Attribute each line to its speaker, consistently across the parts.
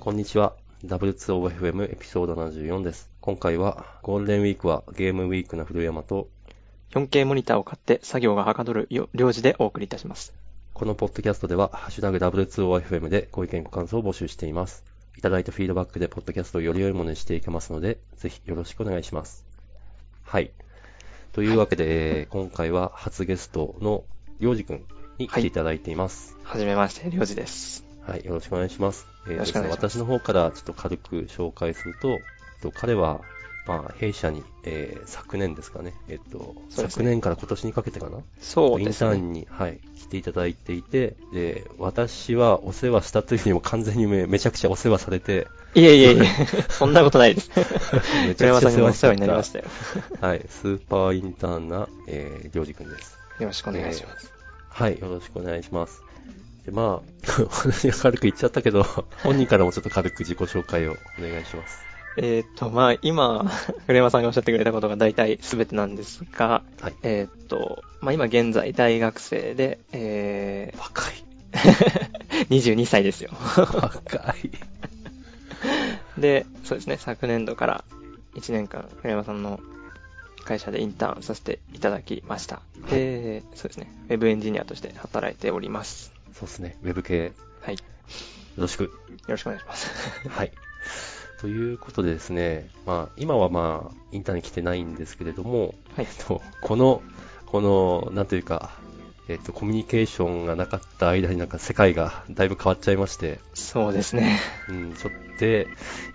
Speaker 1: こんにちは。W2OFM エピソード74です。今回は、ゴールデンウィークはゲームウィークな古山と、
Speaker 2: 4K モニターを買って作業がはかどる領事でお送りいたします。
Speaker 1: このポッドキャストでは、ハッシュタグ W2OFM でご意見ご感想を募集しています。いただいたフィードバックで、ポッドキャストをより良いものにしていけますので、ぜひよろしくお願いします。はい。というわけで、今回は初ゲストの領事くんに来ていただいています。
Speaker 2: はい、じめまして、領事です。
Speaker 1: はい、よろしくお願いします。
Speaker 2: えー、ですね、
Speaker 1: 私の方からちょっと軽く紹介すると、えっと、彼は、まあ、弊社に、えー、昨年ですかね、えっと、ね、昨年から今年にかけてかな、
Speaker 2: そう
Speaker 1: ですね。インターンに、はい、来ていただいていて、で、私はお世話したというよりも完全にめめちゃくちゃお世話されて、
Speaker 2: いえいえいえ、 そんなことないです。
Speaker 1: めちゃくちゃ
Speaker 2: お世話になりましたよ。
Speaker 1: はい、スーパーインターンな、えー、りょうじくんです。
Speaker 2: よろしくお願いします、
Speaker 1: えー、はい、よろしくお願いします。で、まあ、 私が軽く言っちゃったけど、本人からもちょっと軽く自己紹介をお願いします。
Speaker 2: えっ、と、まあ、 今、古山さんがおっしゃってくれたことが大体全てなんですが、はい、えっ、と、まあ、今現在大学生で、え
Speaker 1: ー、若い。
Speaker 2: 22歳ですよ。
Speaker 1: 若
Speaker 2: い。で、そうですね、昨年度から1年間、古山さんの会社でインターンさせていただきました。で、そうですね、ウェブエンジニアとして働いております。
Speaker 1: そうですね、ウェブ系。
Speaker 2: はい。よ
Speaker 1: ろしく。よ
Speaker 2: ろしくお願いします。
Speaker 1: はい。ということでですね、まあ、今はまあ、インターに来てないんですけれども、
Speaker 2: は
Speaker 1: え
Speaker 2: い、
Speaker 1: っと、この、この、なんというか、えっと、コミュニケーションがなかった間になんか世界がだいぶ変わっちゃいまして。
Speaker 2: そうですね。
Speaker 1: うん、ちょっと、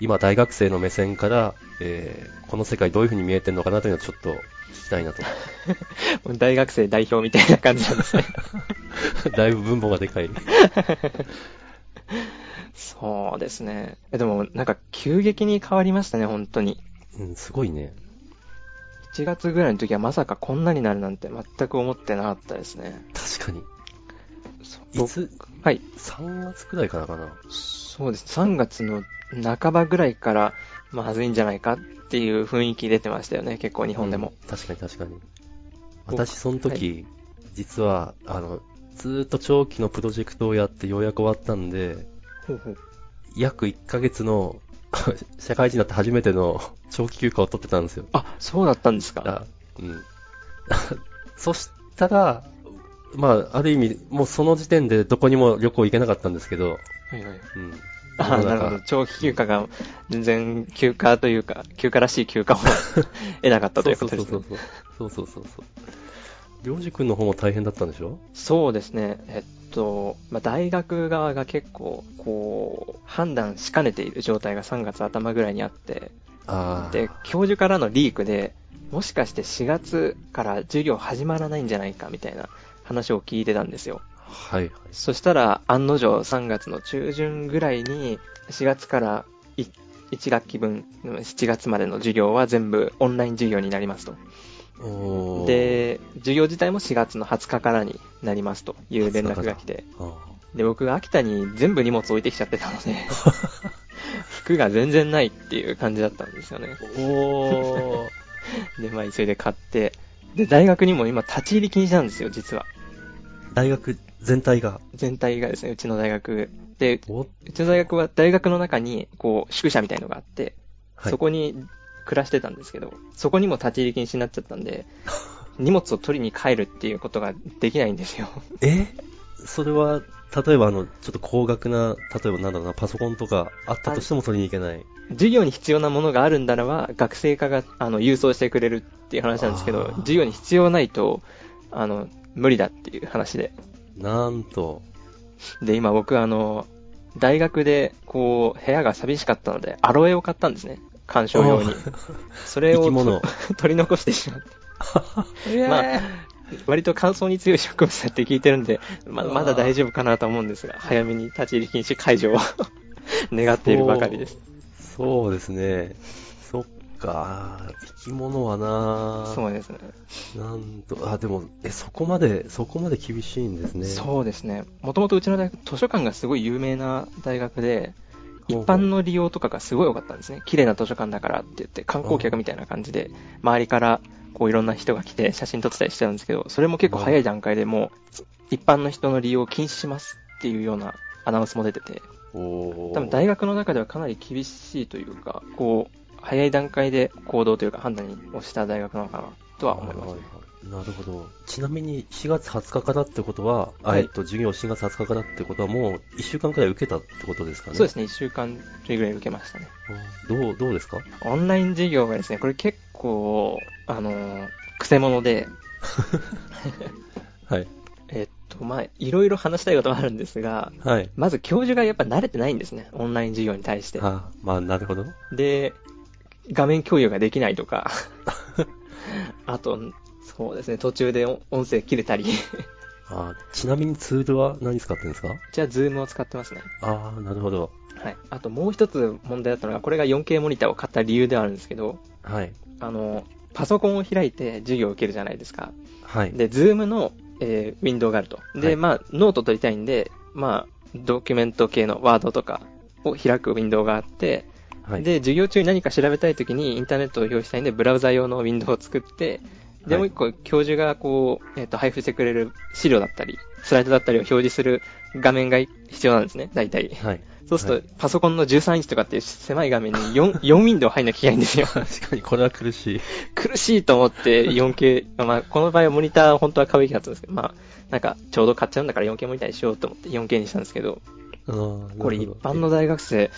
Speaker 1: 今大学生の目線から、えー、この世界どういう風に見えてるのかなというのはちょっと聞きたい なと。
Speaker 2: 大学生代表みたいな感じなんですね。
Speaker 1: だいぶ分母がでかい。
Speaker 2: そうですね。でも、なんか急激に変わりましたね、本当に。
Speaker 1: うん、すごいね。
Speaker 2: 1月ぐらいの時はまさかこんなになるなんて全く思ってなかったですね。
Speaker 1: 確かに。いつ
Speaker 2: はい。
Speaker 1: 3月くらいからかな。
Speaker 2: そうです。3月の半ばぐらいから、まずいんじゃないかっていう雰囲気出てましたよね、結構日本でも。
Speaker 1: うん、確かに確かに。私、その時、はい、実は、あの、ずっと長期のプロジェクトをやってようやく終わったんで、
Speaker 2: ほうほう
Speaker 1: 約1ヶ月の 社会人になって初めての長期休暇を取ってたんですよ。
Speaker 2: あ、そうだったんですか。
Speaker 1: うん。 そしたら、まあ、ある意味、もうその時点でどこにも旅行行けなかったんですけど、
Speaker 2: はいはい。うん。あなるほど。長期休暇が、全然休暇というか、休暇らしい休暇を 得なかったということですね。
Speaker 1: そうそうそうそう。そうそうそうりょうじくんの方も大変だったんでしょ
Speaker 2: そうですね。えっと、まあ、大学側が結構、こう、判断しかねている状態が3月頭ぐらいにあって、で、教授からのリークで、もしかして4月から授業始まらないんじゃないかみたいな話を聞いてたんですよ。
Speaker 1: はい、はい。
Speaker 2: そしたら、案の定3月の中旬ぐらいに、4月から1学期分、7月までの授業は全部オンライン授業になりますと。で、授業自体も4月の20日からになりますという連絡が来て、で、僕が秋田に全部荷物置いてきちゃってたので、服が全然ないっていう感じだったんですよね。
Speaker 1: お
Speaker 2: で、まあ、急いで買って、で、大学にも今立ち入り禁止なんですよ、実は。
Speaker 1: 大学全体が
Speaker 2: 全体がですね、うちの大学。で、うちの大学は大学の中に、こう、宿舎みたいのがあって、はい、そこに暮らしてたんですけど、そこにも立ち入り禁止になっちゃったん で、荷物を取りに帰るっていうことができないんですよ。
Speaker 1: えそれは、例えばあの、ちょっと高額な、例えばなんだろうな、パソコンとかあったとしても取りに行けない。
Speaker 2: 授業に必要なものがあるんだらは、学生課が、あの、郵送してくれるっていう話なんですけど、授業に必要ないと、あの、無理だっていう話で。
Speaker 1: なんと。
Speaker 2: で、今僕あの、大学で、こう、部屋が寂しかったので、アロエを買ったんですね。鑑賞用に。それを 取り残してしまって。まあ、割と乾燥に強い植物だって聞いてるんで、ままだ大丈夫かなと思うんですが、早めに立ち入り禁止解除を 願っているばかりです。
Speaker 1: そうですね。そっか。生き物はな
Speaker 2: そうですね。
Speaker 1: なんと、あ、でも、え、そこまで、そこまで厳しいんですね。
Speaker 2: そうですね。もともとうちの大学、図書館がすごい有名な大学で、一般の利用とかがすごい多かったんですね。綺麗な図書館だからって言って、観光客みたいな感じで、周りからこういろんな人が来て写真撮ってたりしてたんですけど、それも結構早い段階でもう、一般の人の利用を禁止しますっていうようなアナウンスも出てて、
Speaker 1: おー
Speaker 2: 多分大学の中ではかなり厳しいというか、こう、早い段階で行動というか判断をした大学なのかなとは思いま
Speaker 1: は。い
Speaker 2: す
Speaker 1: はいなるほど。ちなみに4月20日からってことは、あ
Speaker 2: は
Speaker 1: え
Speaker 2: い
Speaker 1: っと、授業4月20日からってことは、もう1週間くらい受けたってことですかね。
Speaker 2: そうですね、1週間ちょいぐらい受けましたね。
Speaker 1: うん。どう、どうですか
Speaker 2: オンライン授業がですね、これ結構、あのー、くせ者で、
Speaker 1: はい。
Speaker 2: えっと、まあ、いろいろ話したいことはあるんですが、
Speaker 1: はい。
Speaker 2: まず教授がやっぱ慣れてないんですね、オンライン授業に対して。
Speaker 1: あまあ、なるほど。
Speaker 2: で、画面共有ができないとか、あと、そうですね、途中で音声切れたり、
Speaker 1: あちなみにツールは何使ってるんですか
Speaker 2: じゃあ、ズームを使ってますね。
Speaker 1: ああ、なるほど。
Speaker 2: はい。あともう一つ問題だったのが、これが 4K モニターを買った理由ではあるんですけど、
Speaker 1: はい。
Speaker 2: あの、パソコンを開いて授業を受けるじゃないですか。
Speaker 1: はい。
Speaker 2: で、Zoom の、えーウィンドウがあると。で、
Speaker 1: はい
Speaker 2: まあ、ノート取りたいんで、まあ、ドキュメント系のワードとかを開くウィンドウがあって、
Speaker 1: はい。
Speaker 2: で、授業中に何か調べたいときにインターネットを用意したいんで、ブラウザ用のウィンドウを作って、
Speaker 1: は
Speaker 2: で、
Speaker 1: い
Speaker 2: もう一個、教授がこう、えっ、と、配布してくれる資料だったり、スライドだったりを表示する画面が必要なんですね、大体。
Speaker 1: はい。
Speaker 2: そうす
Speaker 1: は
Speaker 2: る
Speaker 1: い
Speaker 2: と、パソコンの13インチとかっていう狭い画面に 4, 4ウィンドウ入んなきゃいけないんですよ。
Speaker 1: 確かに、これは苦しい。
Speaker 2: 苦しいと思って 4K、まあ、この場合はモニター本当は買うべきだったんですけど、まあ、なんか、ちょうど買っちゃうんだから 4K モニターにしようと思って 4K にしたんですけど、これ一般の大学生、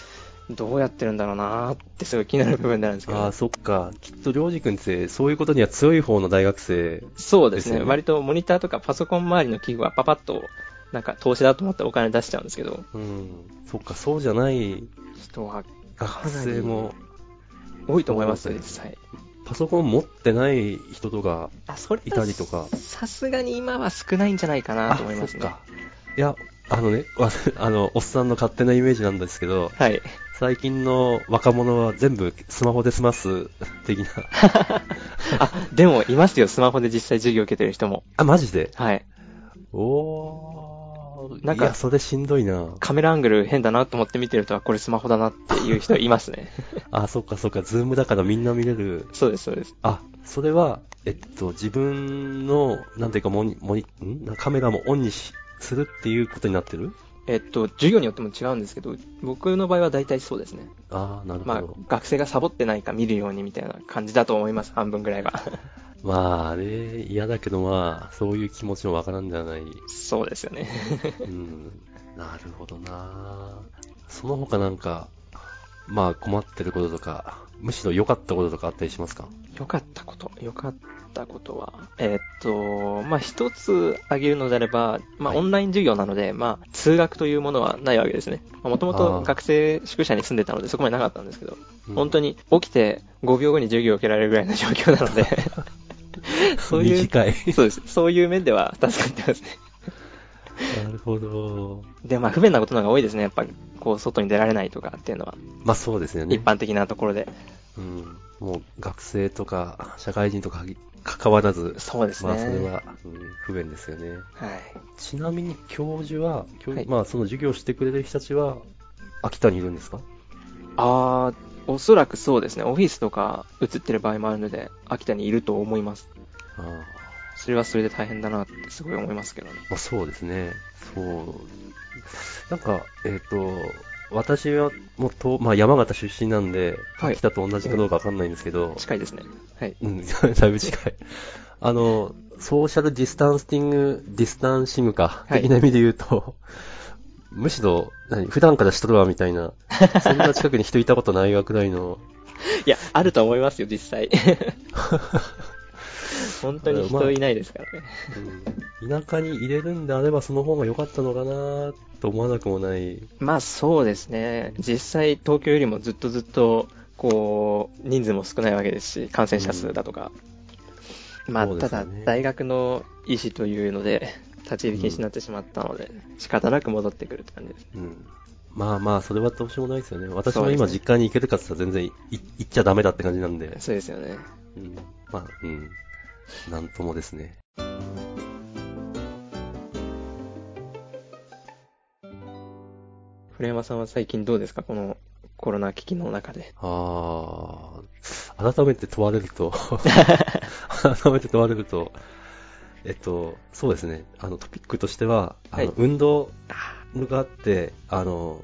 Speaker 2: どうやってるんだろうなーってすごい気になる部分なんですけ
Speaker 1: ああ、
Speaker 2: ど、
Speaker 1: そっか。きっと、りょうじくんって、そういうことには強い方の大学生。
Speaker 2: そうです
Speaker 1: です
Speaker 2: ね、
Speaker 1: よね
Speaker 2: 割とモニターとかパソコン周りの器具はパパッと、なんか投資だと思ってお金出しちゃうんですけど、
Speaker 1: うん。そっか、そうじゃない
Speaker 2: 人は
Speaker 1: 学生も、
Speaker 2: 多いと思いますよ、
Speaker 1: そう
Speaker 2: 実
Speaker 1: です
Speaker 2: 際。
Speaker 1: パソコン持ってない人とか
Speaker 2: あ、それ
Speaker 1: いたりとか。
Speaker 2: さすがに今は少ないんじゃないかなと思いますね。
Speaker 1: あそっか。いや、あのね、わ あの、おっさんの勝手なイメージなんですけど、
Speaker 2: はい。
Speaker 1: 最近の若者は全部スマホで済ます的 な。
Speaker 2: あ、でもいますよ、スマホで実際授業受けてる人も。
Speaker 1: あ、マジで
Speaker 2: はい。
Speaker 1: おー。
Speaker 2: なんか
Speaker 1: いや、それしんどいな。
Speaker 2: カメラアングル変だなと思って見てると、あこれスマホだなっていう人います ね。
Speaker 1: あ、そっかそっか、ズームだからみんな見れる。
Speaker 2: そうです、そうです。
Speaker 1: あ、それは、えっと、自分の、なんていうか、モニ、モニ、んなカメラもオンにし、するっていうことになってる
Speaker 2: えっと、授業によっても違うんですけど、僕の場合は大体そうですね。
Speaker 1: ああ、なるほ
Speaker 2: まあ
Speaker 1: ど。、
Speaker 2: 学生がサボってないか見るようにみたいな感じだと思います、半分ぐ らいは。
Speaker 1: まあ、あれ、嫌だけど、まあ、そういう気持ちもわからんじゃない。う
Speaker 2: そうですよ ね。
Speaker 1: ん。なるほどな。その他なんか、まあ、困ってることとか、むしろ良かったこととかあったりしますか
Speaker 2: 良かったこと、良かったことは、えーっと、まあ、一つ挙げるのであれば、まあ、
Speaker 1: はい
Speaker 2: オンライン授業なので、まあ、通学というものはないわけですね。もともと
Speaker 1: あー
Speaker 2: 学生宿舎に住んでたので、そこまでなかったんですけど、
Speaker 1: うん
Speaker 2: 本当に起きて5秒後に授業を受けられるぐらいの状況なので、そういう、
Speaker 1: 短い。
Speaker 2: そうです。そういう面では助かってますね。
Speaker 1: なるほど。
Speaker 2: で、まあ、不便なことの方が多いですね。やっぱ、こう、外に出られないとかっていうのは、
Speaker 1: まあ、そうですよね
Speaker 2: 一。般的なところで。
Speaker 1: うん。もう、学生とか、社会人とかに、関わらず、
Speaker 2: そうですね。
Speaker 1: まあ、それは、うん不便ですよね。
Speaker 2: はい。
Speaker 1: ちなみに教授は、教
Speaker 2: はい
Speaker 1: まあその授業してくれる人たちは、秋田にいるんですか
Speaker 2: あー、おそらくそうですね。オフィスとか映ってる場合もあるので、秋田にいると思います。
Speaker 1: ああ、ま
Speaker 2: それはそれで大変だなってすごい思いますけどね。
Speaker 1: あ、そうですね。そう。なんか、えっ、と、私はもうと、まあ、山形出身なんで、
Speaker 2: はい
Speaker 1: 秋田と同じかどうかわかんないんですけど、
Speaker 2: 近いですね。はい。
Speaker 1: うん、 だいぶ近い。あの、ソーシャルディスタンスティング、ディスタンシングか、
Speaker 2: はい
Speaker 1: 的な意味で言うと、むしろ、何、普段からしとるわ、みたい な。そんな近くに人いたことないわくらいの。
Speaker 2: いや、あると思いますよ、実際。本当に人いないですからね。
Speaker 1: 田舎に入れるんであればその方が良かったのかなと思わなくもない。
Speaker 2: まあそうですね。実際東京よりもずっとずっと、こう、人数も少ないわけですし、感染者数だとか。まあ、
Speaker 1: そうで
Speaker 2: た
Speaker 1: すよ
Speaker 2: だ
Speaker 1: ね、
Speaker 2: 大学の医師というので、立ち入り禁止になってしまったので、仕方なく戻ってくるって感じです。
Speaker 1: うん。まあまあ、それはどうしようもないですよね。私
Speaker 2: そう
Speaker 1: も
Speaker 2: ですね
Speaker 1: 今実家に行けるかって言ったら全然い行っちゃダメだって感じなんで。
Speaker 2: そうですよね。
Speaker 1: うん。まあ、うん。なんともですね。
Speaker 2: 古山さんは最近どうですかこのコロナ危機の中で。
Speaker 1: ああ、改めて問われる と、改めて問われると、えっと、そうですね、あのトピックとしては、あの
Speaker 2: はい
Speaker 1: 運動があって、あの、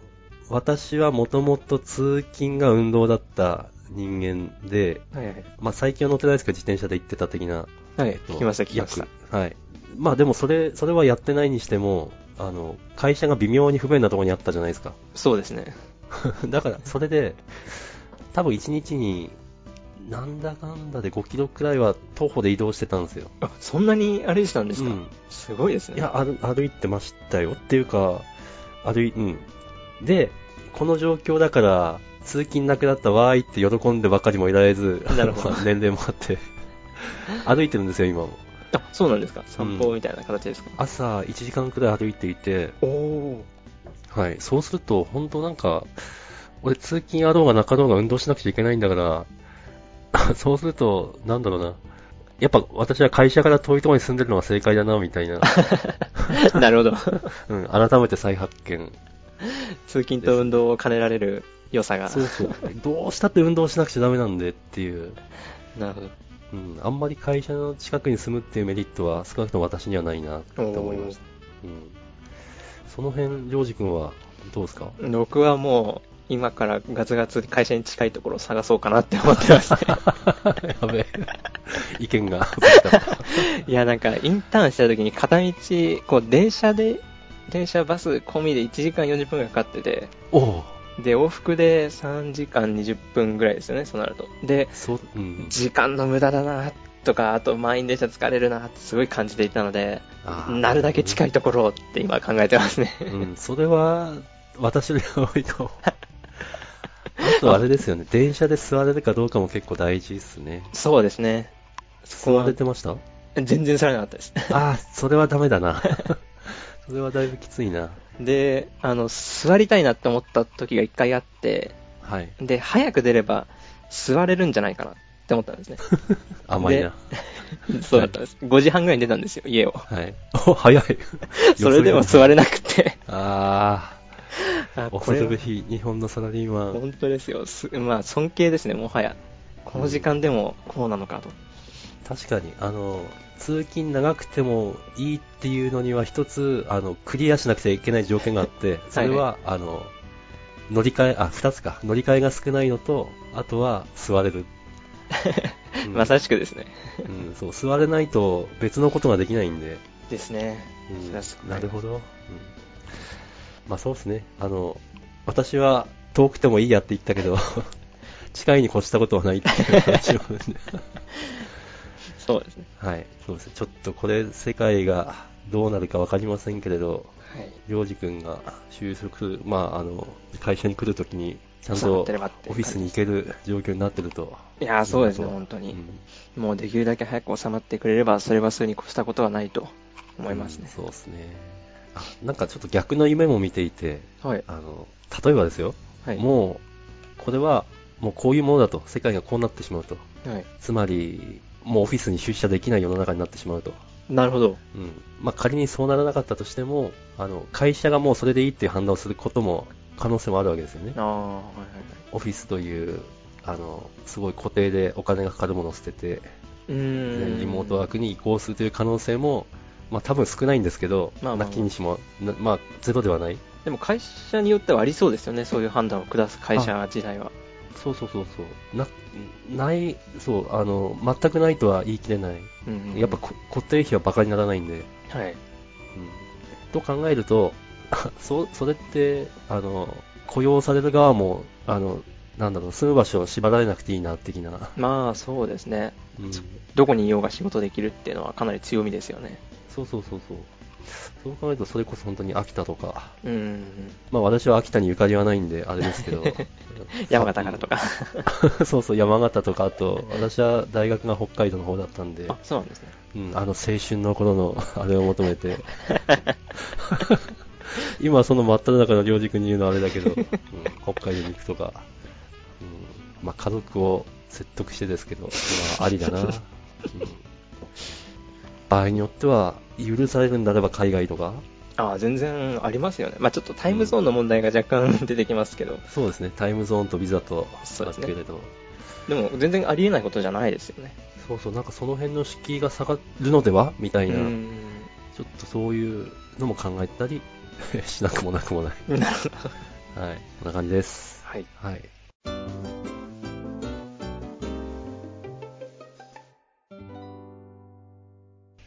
Speaker 1: 私はもともと通勤が運動だった人間で、
Speaker 2: はいはい。
Speaker 1: まあ、最近は乗ってないですけど、自転車で行ってた的な
Speaker 2: はい、聞きました、聞きました。
Speaker 1: た。はい。まあでもそれ、それはやってないにしても、あの、会社が微妙に不便なところにあったじゃないですか。
Speaker 2: そうですね。
Speaker 1: だから、それで、多分1日に、なんだかんだで5キロくらいは徒歩で移動してたんですよ。
Speaker 2: あ、そんなにあれしたんですか、
Speaker 1: うん
Speaker 2: すごいですね。
Speaker 1: いや、歩歩いてましたよっていうか、歩い、うん。で、この状況だから、通勤なくなったわーいって喜んでばかりもいられず、
Speaker 2: なるほど
Speaker 1: 年齢もあって、歩いてるんですよ、今も。
Speaker 2: あ、そうなんですか散歩みたいな形ですか、
Speaker 1: 朝1時間くらい歩いていて、
Speaker 2: おお
Speaker 1: はい、そうすると、本当なんか、俺、通勤あろうがなかろうが運動しなくちゃいけないんだから、 そうすると、なんだろうな、やっぱ私は会社から遠いところに住んでるのが正解だな、みたいな、
Speaker 2: ー。 なるほど。
Speaker 1: うん、改めて再発見。
Speaker 2: 通勤と運動を兼ねられる良さが。
Speaker 1: そうそう、どうしたって運動しなくちゃダメなんでっていう、
Speaker 2: なるほど。
Speaker 1: うん、あんまり会社の近くに住むっていうメリットは、少なくとも私にはないなって思いました。うん、その辺、ジョージ君はどうですか
Speaker 2: 僕はもう、今からガツガツ会社に近いところを探そうかなって思って ますね。
Speaker 1: やべえ。意見が ぶつかった。
Speaker 2: いや、なんか、インターンした時に片道、こう、電車で、電車、バス込みで1時間40分がかかってて、
Speaker 1: おお。
Speaker 2: で、往復で3時間20分ぐらいですよね、そうなると。で、
Speaker 1: そう、うん。
Speaker 2: 時間の無駄だな、とか、あと満員電車疲れるな、ってすごい感じていたので、
Speaker 1: あー
Speaker 2: なるだけ近いところをって今考えてますね。
Speaker 1: うん、それは、私より多いと思う。あとあれですよね、電車で座れるかどうかも結構大事ですね。
Speaker 2: そうですね。そこ
Speaker 1: 座
Speaker 2: は
Speaker 1: れてましたあ
Speaker 2: 全然されなかったです。
Speaker 1: あー、それはダメだな。それはだいぶきついな。
Speaker 2: で、あの、座りたいなって思った時が一回あって、
Speaker 1: はい。
Speaker 2: で、早く出れば座れるんじゃないかなって思った んですね。
Speaker 1: 甘いな。
Speaker 2: そうだったんです。5時半ぐらいに出たんですよ、家を。
Speaker 1: はい。お、早い。
Speaker 2: それでも座れなくて。
Speaker 1: あ
Speaker 2: あ
Speaker 1: あ、
Speaker 2: こ
Speaker 1: 恐
Speaker 2: れ
Speaker 1: る
Speaker 2: は
Speaker 1: べき日本のサラリーマン。
Speaker 2: 本当ですよ。すまあ、尊敬ですね、もはや。この時間でもこうなのかと。
Speaker 1: 確かに、あの、通勤長くてもいいっていうのには一つ、あの、クリアしなくちゃいけない条件があって、それは、あの、乗り換え、あ、二つか、乗り換えが少ないのと、あとは座れる。うん
Speaker 2: まさしくですね。
Speaker 1: うん、そう、座れないと別のことができないんで、
Speaker 2: ですね。
Speaker 1: うん
Speaker 2: そりゃそう
Speaker 1: なるほど。うんまあそうですね、あの、私は遠くてもいいやって言ったけど、 近いに越したことはないっていう話を。
Speaker 2: そうですね。
Speaker 1: はい、そうですね。ちょっとこれ、世界がどうなるかわかりませんけれど、
Speaker 2: はい。
Speaker 1: りょうじくんが就職する、まあ、あの、会社に来るときに、ちゃん
Speaker 2: そう
Speaker 1: とオ
Speaker 2: なっ
Speaker 1: フ
Speaker 2: てればっていう感
Speaker 1: ィ
Speaker 2: じ
Speaker 1: スに行ける状況になってると。
Speaker 2: いやー、そうですね、本当に。もうできるだけ早く収まってくれれば、それはそれに越したことはないと思います
Speaker 1: うん
Speaker 2: ね。
Speaker 1: そうですね。あ、なんかちょっと逆の夢も見ていて、
Speaker 2: はい。
Speaker 1: あの、例えばですよ、
Speaker 2: はい。
Speaker 1: もう、これは、もうこういうものだと、世界がこうなってしまうと。
Speaker 2: はい。
Speaker 1: つまり、もうオフィスに出社できない世の中になってしまうと。
Speaker 2: なるほど。
Speaker 1: うんまあ、仮にそうならなかったとしてもあの、会社がもうそれでいいっていう判断をすることも可能性もあるわけですよね
Speaker 2: あ。あ、はいはいは
Speaker 1: オフィスというあのすごい固定でお金がかかるものを捨てて、
Speaker 2: い。うーん。
Speaker 1: リモートワークに移行するという可能性も、まあ、多分少ないんですけど、
Speaker 2: まあまあ
Speaker 1: なきにしも、なまあ、ゼロではない。
Speaker 2: でも会社によってはありそうですよね、そういう判断を下す会社自体は。
Speaker 1: そうそうそうそうなないそうあの全くないとは言い切れない、
Speaker 2: うん
Speaker 1: やっぱこ固定費はバカにならないんで、
Speaker 2: はい。
Speaker 1: と考えると、 そそれってあの雇用される側もあのなんだろう住む場所を縛られなくていいな的な、
Speaker 2: まあそうですね。
Speaker 1: うん、そ
Speaker 2: どこにいようが仕事できるっていうのはかなり強みですよね。
Speaker 1: うそうそうそうそう考えるとそれこそ本当に秋田とか、
Speaker 2: うん。
Speaker 1: まあ、私は秋田にゆかりはないんであれですけ ど
Speaker 2: 山形からとか。
Speaker 1: そう そう山形とかあと私は大学が北海道の方だったんで
Speaker 2: あ、 そうなんですね。
Speaker 1: うん、あの青春の頃の あれを求めて 今その真っ只中の両軸に言うのはあれだけ ど、うん北海道に行くとか、うんまあ、家族を説得してですけど、まあ、ありだ な、うん場合によっては許されるんだれば海外とか
Speaker 2: ああ、全然ありますよね。まあちょっとタイムゾーンの問題が若干出てきますけど、
Speaker 1: そうですねタイムゾーンとビザと
Speaker 2: そう
Speaker 1: だ
Speaker 2: です
Speaker 1: け
Speaker 2: ね
Speaker 1: れど
Speaker 2: でも全然ありえないことじゃないですよね。
Speaker 1: そうそうなんかその辺の敷居が下がるのではみたいな、
Speaker 2: うん。
Speaker 1: ちょっとそういうのも考えたり しなくもなくもない
Speaker 2: なるほど。
Speaker 1: はい。こんな感じです。
Speaker 2: はい。
Speaker 1: はい。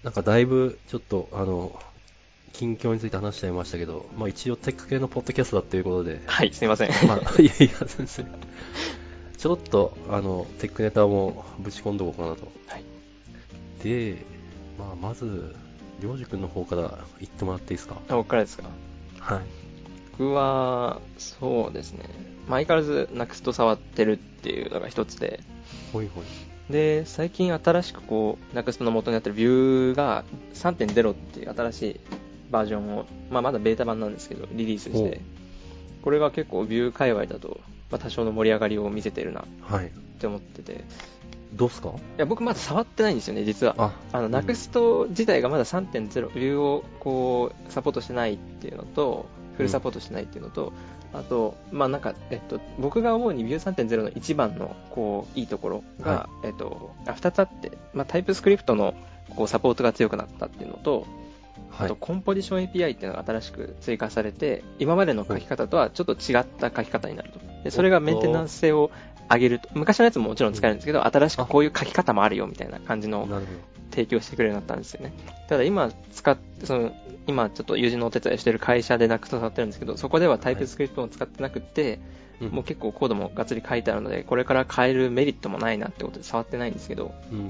Speaker 1: なんかだいぶちょっとあの近況について話しちゃいましたけど、まあ、一応テック系のポッドキャストだという ことで、
Speaker 2: はい、すいません。
Speaker 1: まあ、いやいや、先生、ちょろっとあのテックネタもぶち込んどこうかなと。
Speaker 2: はい
Speaker 1: で、まあ、まず、りょうじくんの方から言ってもらっていいですか。
Speaker 2: あ、僕からですか
Speaker 1: はい。
Speaker 2: 僕は、そうですね。まあ、相変わらず、ナクスト触ってるっていうのが一つで、
Speaker 1: ほいほい。
Speaker 2: で、最近新しくこう、ナクストの元になってるビューが3.0っていう新しいバージョンを、まあ、まだベータ版なんですけど、リリースして、これが結構ビュー界隈だと、まあ、多少の盛り上がりを見せてるなっ
Speaker 1: はい。
Speaker 2: て思ってて、い
Speaker 1: どうっすか
Speaker 2: や、僕まだ触ってないんですよね、実は。
Speaker 1: あ
Speaker 2: あの、ナクスト自体がまだ3.0、ビューをこう、サポートしてないっていうのと、フルサポートしてないっていうのと、あと、まあなんか、えっと、僕が思うにビュー3.0の一番の、こう、いいところが、
Speaker 1: は
Speaker 2: えっと、あ二つあって、まあタイプスクリプトの、こう、サポートが強くなったっていうのと、
Speaker 1: は
Speaker 2: あと
Speaker 1: い。
Speaker 2: コンポジション API っていうのが新しく追加されて、今までの書き方とはちょっと違った書き方になると。で、それがメンテナンス性を上げると。昔のやつももちろん使えるんですけど、新しくこういう書き方もあるよみたいな感じの
Speaker 1: なるほ
Speaker 2: 提供してくれるようになったんですよね。ただ今使って、その、今ちょっと友人のお手伝いしてる会社でなくとさってるんですけど、そこではタイプスクリプトも使ってなくて、
Speaker 1: ど。ん
Speaker 2: もう結構コードもがっつり書いてあるので、これから変えるメリットもないなってことで触ってないんですけど、
Speaker 1: うん。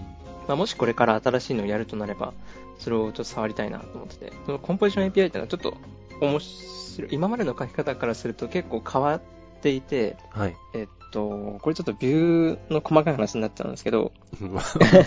Speaker 2: まあ、もしこれから新しいのをやるとなれば、それをちょっと触りたいなと思ってて、そのコンポジション API っていうのはちょっと面白い、今までの書き方からすると結構変わっていて、
Speaker 1: はい。
Speaker 2: えっと、これちょっとビューの細かい話になっちゃうんですけど、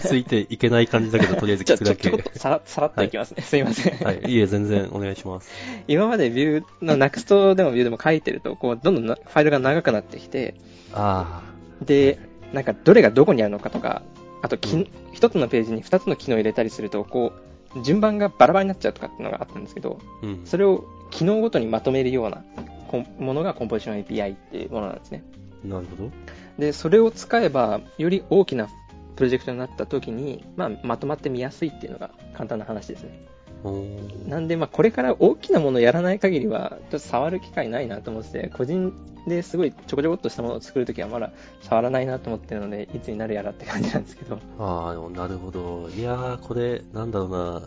Speaker 1: ついていけない感じだけど、とりあえず
Speaker 2: じゃ
Speaker 1: 聞
Speaker 2: あ
Speaker 1: く
Speaker 2: ちょ
Speaker 1: だけ
Speaker 2: ちょこ。っとさらさらっといきますね。すいません。
Speaker 1: はい。いいえ、全然お願いします。
Speaker 2: 今までビューの NUXT でもビューでも書いてると、こう、どんどんなファイルが長くなってきて、
Speaker 1: あ
Speaker 2: で、なんかどれがどこにあるのかとか、あとき、
Speaker 1: うん
Speaker 2: 一つのページに二つの機能を入れたりすると、こう、順番がバラバラになっちゃうとかっていうのがあったんですけど、
Speaker 1: あ。うん。
Speaker 2: それを機能ごとにまとめるようなこんものがコンポジション API っていうものなんですね。
Speaker 1: なるほど。
Speaker 2: で、それを使えば、より大きなプロジェクトになった時に、まあ、まとまって見やすいっていうのが簡単な話ですね。
Speaker 1: おー
Speaker 2: なんで、まあ、これから大きなものをやらない限りは、ちょっと触る機会ないなと思ってて、個人ですごいちょこちょこっとしたものを作るときは、まだ触らないなと思ってるので、いつになるやらって感じなんですけど、
Speaker 1: ああ、なるほど。いやー、これ、なんだろうな。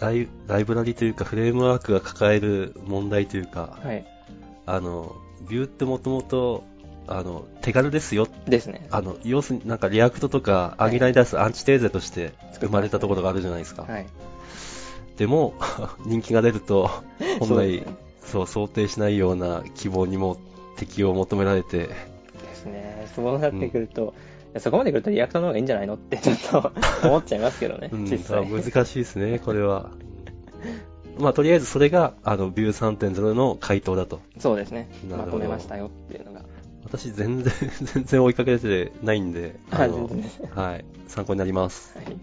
Speaker 1: ライライブラリというか、フレームワークが抱える問題というか、
Speaker 2: はい。
Speaker 1: あの、ビューってもともと、あの、手軽ですよ。
Speaker 2: ですね。
Speaker 1: あの、要するになんかリアクトとか、アギラに出すアンチテーゼとして生まれたところがあるじゃないですか。
Speaker 2: はい。
Speaker 1: でも、 人気が出ると、 本
Speaker 2: そうです
Speaker 1: 来
Speaker 2: ね、
Speaker 1: そう、想定しないような希望にも適用を求められて、
Speaker 2: ですね。そうなってくると、いやそこまでくるとリアクトの方がいいんじゃないのってちょっと思っちゃいますけどね、
Speaker 1: うん、
Speaker 2: 実際。
Speaker 1: 難しいです ね、これは。まあ、とりあえずそれが、あの、ビュー3.0の回答だと。
Speaker 2: そうですね。
Speaker 1: なる
Speaker 2: ま
Speaker 1: ほど
Speaker 2: とめましたよっていうのが。
Speaker 1: 私、全然、 全然追いかけてないんで、あ
Speaker 2: あ全
Speaker 1: の
Speaker 2: 然、
Speaker 1: はい、参考になります。
Speaker 2: はい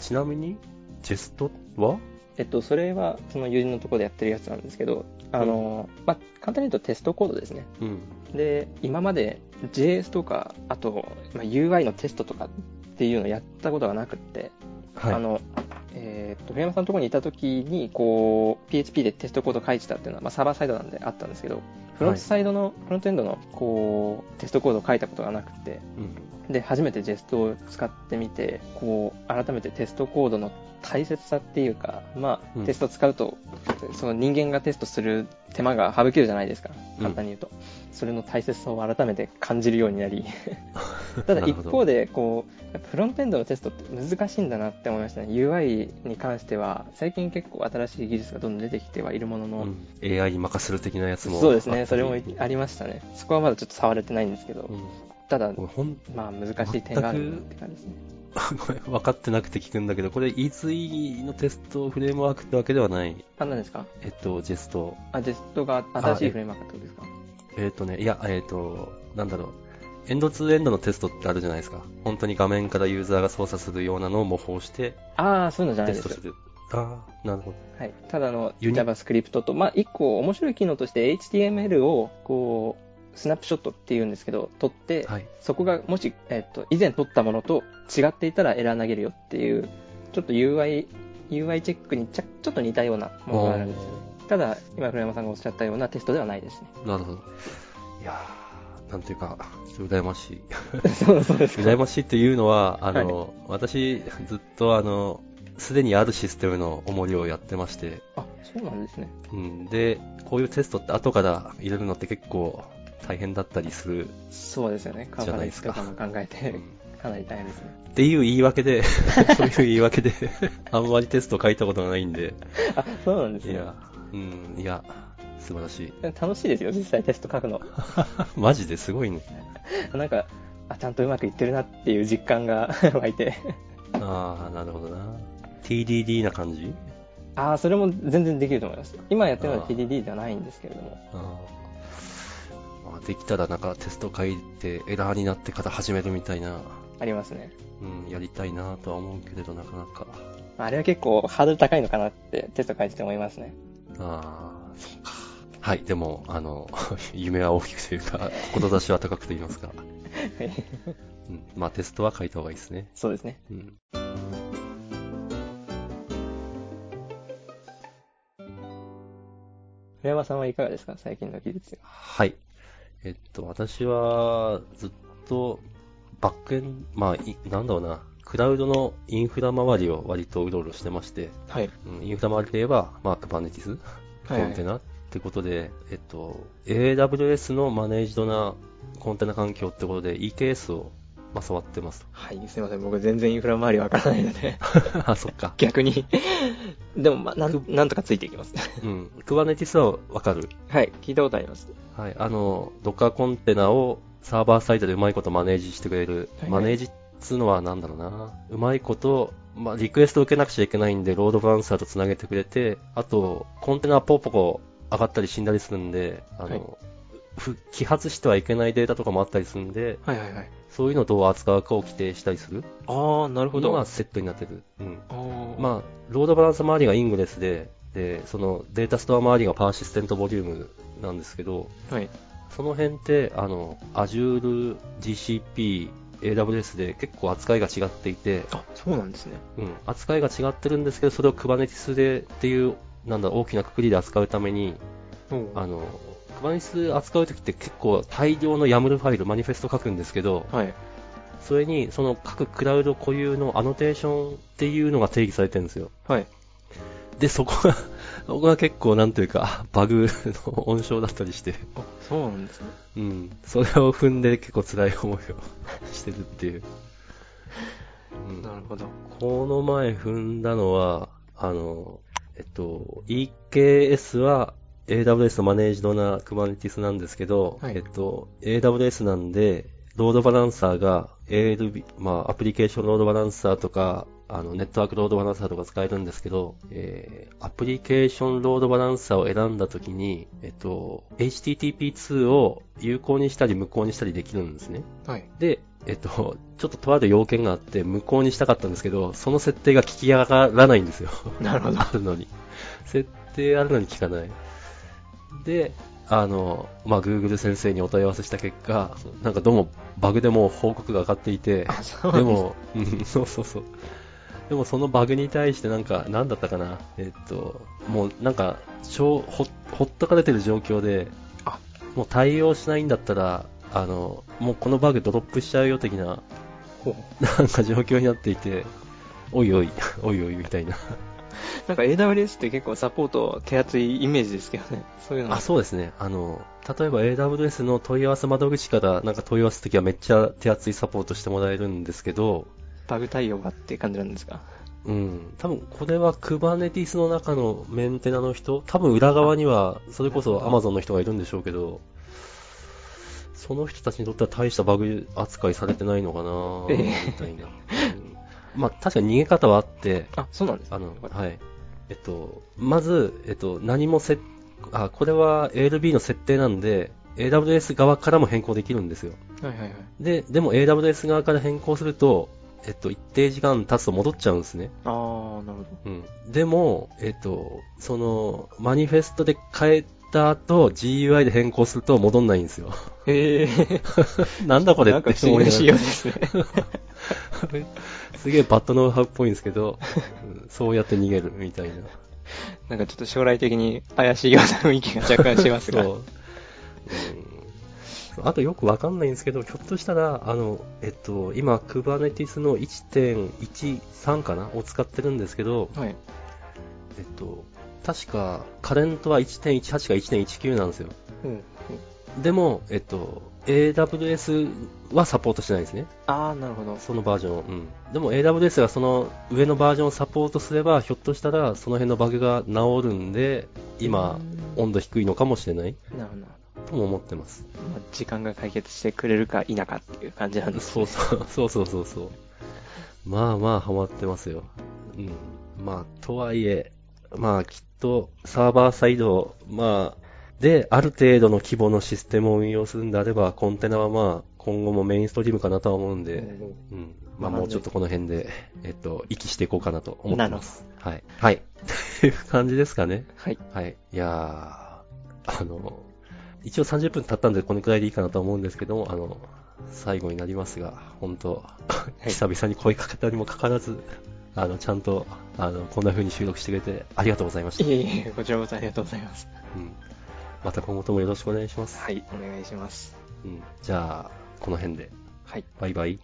Speaker 1: ちなみに、ジェストは
Speaker 2: えっと、それは、その友人のところでやってるやつなんですけど、あの、まあ、簡単に言うとテストコードですね。
Speaker 1: うん。
Speaker 2: で、今まで JS とか、あと、まあ、UI のテストとかっていうのをやったことがなくって、
Speaker 1: はい。
Speaker 2: あの、えーっと、古山さんのところにいた時に、こう、PHP でテストコード書いてたっていうのは、まあ、サーバーサイドなんであったんですけど、フロントサイドの、フロントエンドの、こう、テストコードを書いたことがなくて、
Speaker 1: うん。
Speaker 2: で、初めてジェストを使ってみて、こう、改めてテストコードの大切さっていうか、まあ
Speaker 1: う、ん
Speaker 2: テスト使うと、その人間がテストする手間が省けるじゃないですか。
Speaker 1: うん
Speaker 2: 簡単に言うと。それの大切さを改めて感じるよう になり。た
Speaker 1: な
Speaker 2: だ
Speaker 1: る
Speaker 2: 一
Speaker 1: ほど
Speaker 2: 方で、こう、やっぱフロントエンドのテストって難しいんだなって思いましたね。UI に関しては、最近結構新しい技術がどんどん出てきてはいるものの、
Speaker 1: うん、AI に任せる的なやつも。
Speaker 2: そうですね、それも
Speaker 1: あったり
Speaker 2: ありましたね。そこはまだちょっと触れてないんですけど、
Speaker 1: うん
Speaker 2: ただ
Speaker 1: こ、れほん
Speaker 2: まあ難しい点があるなって感じですね。
Speaker 1: これ 分かってなくて聞くんだけど、これ E2 のテストフレームワークってわけではない。
Speaker 2: あ、何ですか
Speaker 1: えっと、ジェスト。
Speaker 2: あ、ジェストが新しいフレームワークってことですか
Speaker 1: えっとね、いや、えっと、なんだろう。エンドツーエンドのテストってあるじゃないですか。本当に画面からユーザーが操作するようなのを模倣して
Speaker 2: ああー、そういうのじゃな
Speaker 1: テ
Speaker 2: い
Speaker 1: ス
Speaker 2: で
Speaker 1: ト
Speaker 2: す
Speaker 1: す。る。ああ、なるほど。
Speaker 2: はい。ただの
Speaker 1: ユニ
Speaker 2: JavaScript と、まあ、一個面白い機能として HTML を、こう、スナップショットっていうんですけど、撮って、
Speaker 1: はい。
Speaker 2: そこがもし、えっと、以前撮ったものと違っていたらエラー投げるよっていう、ちょっと UI、UI チェックにちゃちょっと似たようなものがあるんですよね。ただ、今、古山さんがおっしゃったようなテストではないですね。
Speaker 1: なるほど。いやー、なんていうか、羨ましい。
Speaker 2: そうそ うですか。
Speaker 1: 羨ましいっていうの は、あの、私、ずっとあの、すでにあるシステムの重りをやってまして、
Speaker 2: あ、そうなんですね。
Speaker 1: うん、で、こういうテストって後から入れるのって結構大変だったりする、
Speaker 2: そうですよね。カン
Speaker 1: じゃな
Speaker 2: ファ
Speaker 1: い
Speaker 2: レン
Speaker 1: です
Speaker 2: ス
Speaker 1: か
Speaker 2: とかも考えて、かなり大変ですね。
Speaker 1: っていう言い訳で、 そういう言い訳で、 あんまりテスト書いたことがないんで、
Speaker 2: あ、そうなんです
Speaker 1: い
Speaker 2: ね。
Speaker 1: や、うん、いや、素晴らしい。
Speaker 2: 楽しいですよ、実際テスト書く の。
Speaker 1: マジですごいね。
Speaker 2: なんか、あ、ちゃんとうまくいってるなっていう実感が 湧いて。
Speaker 1: ああ、なるほどな。TDD な感じ
Speaker 2: ああ、それも全然できると思います。今やってるのは
Speaker 1: あー
Speaker 2: TDD ではないんですけれども。
Speaker 1: あーまあできたらなんかテスト書いてエラーになってから始めるみたいな、
Speaker 2: ありますね。
Speaker 1: うん、やりたいなとは思うけれど、なかなか。
Speaker 2: あれは結構ハードル高いのかなってテスト書いてて思いますね。
Speaker 1: ああ、そうか。はい、でも、あの、 夢は大きくというか、志は高くと言いますか。 うん、まあテストは書いた方がいいですね。
Speaker 2: そうですね。
Speaker 1: うん。
Speaker 2: 古山さんはいかがですか最近の技術が。
Speaker 1: はい。えっと、私はずっとバックエン、まあ、いなんだろうな、クラウドのインフラ周りを割とうろうろしてまして、
Speaker 2: はい。
Speaker 1: うんインフラ周りで言えば、まあ、Kubernetes、コンテナってことで、えっと、AWS のマネージドなコンテナ環境ってことで EKS を、まあ、触ってます。
Speaker 2: はい、すいません。僕全然インフラ周りわからないの で、
Speaker 1: あ、そっか。
Speaker 2: 逆に。でも、まあ、なん、なんとかついていきます。
Speaker 1: うん。Kubernetes はわかる。
Speaker 2: はい、聞いたことあります。
Speaker 1: はい。あの、Docker コンテナをサーバーサイトでうまいことマネージしてくれる。
Speaker 2: はい
Speaker 1: マネージっつうのはなんだろうな。うまいこと、まあ、リクエストを受けなくちゃいけないんで、ロードバランサーとつなげてくれて、あと、コンテナポコポコ上がったり死んだりするんで、あの、
Speaker 2: はい
Speaker 1: 不揮発してはいけないデータとかもあったりするんで、
Speaker 2: はいはいはい。
Speaker 1: そういうのをどう扱うかを規定したりする
Speaker 2: ああ、なるほ
Speaker 1: の
Speaker 2: ど。
Speaker 1: がセットになってる。うん。まあ、ロードバランス周りがイングレスで、で、そのデータストア周りがパーシステントボリュームなんですけど、
Speaker 2: あ、はい。
Speaker 1: その辺って、あの、Azure、GCP、AWS で結構扱いが違っていて、
Speaker 2: あ、そうなんですね。
Speaker 1: うん、扱いが違ってるんですけど、それを Kubernetes でっていう、なんだ、大きな括りで扱うために、あの、Kubernetes 扱うときって結構大量の YAML ファイル、マニフェスト書くんですけど、
Speaker 2: はい。
Speaker 1: それに、その各クラウド固有のアノテーションっていうのが定義されてるんですよ。
Speaker 2: はい。
Speaker 1: で、そこが、 そこが結構なんというか、バグの 温床だったりして、
Speaker 2: あ、そうなんですね。
Speaker 1: うん、それを踏んで結構辛い思いを してるっていう。うん、
Speaker 2: なるほど。
Speaker 1: この前踏んだのは、あの、えっと、EKS は AWS のマネージドな Kubernetes なんですけど、
Speaker 2: はい
Speaker 1: えっと、AWS なんで、ロードバランサーが ALB、まあ、アプリケーションロードバランサーとか、あの、ネットワークロードバランサーとか使えるんですけど、えーアプリケーションロードバランサーを選んだときに、えっと、HTTP2 を有効にしたり無効にしたりできるんですね。
Speaker 2: はい。
Speaker 1: で、えっと、ちょっととある要件があって、無効にしたかったんですけど、その設定が聞き上がらないんですよ。
Speaker 2: なるほど。
Speaker 1: あるのに。設定あるのに聞かない。で、あの、まあ、Google 先生にお問い合わせした結果、なんかどうもバグでもう報告が上がっていて、
Speaker 2: あ、そうな
Speaker 1: で
Speaker 2: んです
Speaker 1: も、うん、そうそうそう。でもそのバグに対してなんか、なんだったかな。えっと、もうなんか、しょうほほっとかれてる状況で、
Speaker 2: あ
Speaker 1: もう対応しないんだったら、あの、もうこのバグドロップしちゃうよ的な、
Speaker 2: ほう
Speaker 1: なんか状況になっていて、おいお い、おいおいみたいな。
Speaker 2: なんか AWS って結構サポート手厚いイメージですけどね。そういうの。
Speaker 1: あ、そうですね。あの、例えば AWS の問い合わせ窓口からなんか問い合わせときはめっちゃ手厚いサポートしてもらえるんですけど、
Speaker 2: バグ対応がって感じなんですか。
Speaker 1: うん、多分これは Kubernetes の中のメンテナの人、多分裏側にはそれこそ Amazon の人がいるんでしょうけど、その人たちにとっては大したバグ扱いされてないのかな
Speaker 2: ええ
Speaker 1: みたいな。うんまあ確かに逃げ方はあって、
Speaker 2: あ、そうなんです
Speaker 1: あの、はい。えっと、まず、えっと、何もせ、あ、これは ALB の設定なんで、AWS 側からも変更できるんですよ。
Speaker 2: はいはいはい。
Speaker 1: で、でも AWS 側から変更すると、えっと、一定時間経つと戻っちゃうんですね。
Speaker 2: あー、なるほ
Speaker 1: うん。でも、えっと、その、マニフェストで変えた後、GUI で変更すると戻んないんです よ。
Speaker 2: ど。えー、
Speaker 1: なんだこれ
Speaker 2: な
Speaker 1: っ
Speaker 2: んか
Speaker 1: て
Speaker 2: 不思議
Speaker 1: い
Speaker 2: な
Speaker 1: ながら
Speaker 2: 仕様ですね。
Speaker 1: すげえバッドノウハウっぽいんですけど、うんそうやって逃げるみたいな。
Speaker 2: なんかちょっと将来的に怪しいような雰囲気が若干しますが。
Speaker 1: そううんあとよくわかんないんですけど、ひょっとしたら、あの、えっと、今、Kubernetes の1.13かなを使ってるんですけど、
Speaker 2: はい。
Speaker 1: えっと、確か、カレントは1.18か1.19なんですよ。
Speaker 2: うん。
Speaker 1: でも、えっと、AWS はサポートしてないんですね。
Speaker 2: ああ、なるほど。
Speaker 1: そのバージョンを。うん。でも AWS がその上のバージョンをサポートすれば、ひょっとしたらその辺のバグが治るんで、今、
Speaker 2: うん
Speaker 1: 温度低いのかもしれない
Speaker 2: なるほど。ま
Speaker 1: とも思ってます。
Speaker 2: あ、時間が解決してくれるか否かっていう感じなんです。
Speaker 1: そうそう、そうそうそうそう。まあまあ、ハマってますよ。うん。まあ、とはいえ、まあ、きっと、サーバーサイド、まあ、で、ある程度の規模のシステムを運用するんであれば、コンテナはまあ、今後もメインストリームかなとは思うんで、うん。まあ、もうちょっとこの辺で、えっと、息していこうかなと思ってます。はい。はい。 という感じですかね。
Speaker 2: はい。
Speaker 1: はい。いやー、あの、一応30分経ったんで、このくらいでいいかなと思うんですけども、あの、最後になりますが、本当、
Speaker 2: い
Speaker 1: 久々に声かけたにもかかわらず、あの、ちゃんと、あの、こんな風に収録してくれてありがとうございました。
Speaker 2: いえいえ、こちらこそありがとうございます。
Speaker 1: うん。また今後ともよろしくお願いします。
Speaker 2: はい。お願いします。
Speaker 1: うん。じゃあ、この辺で、
Speaker 2: はい。
Speaker 1: バイバイ。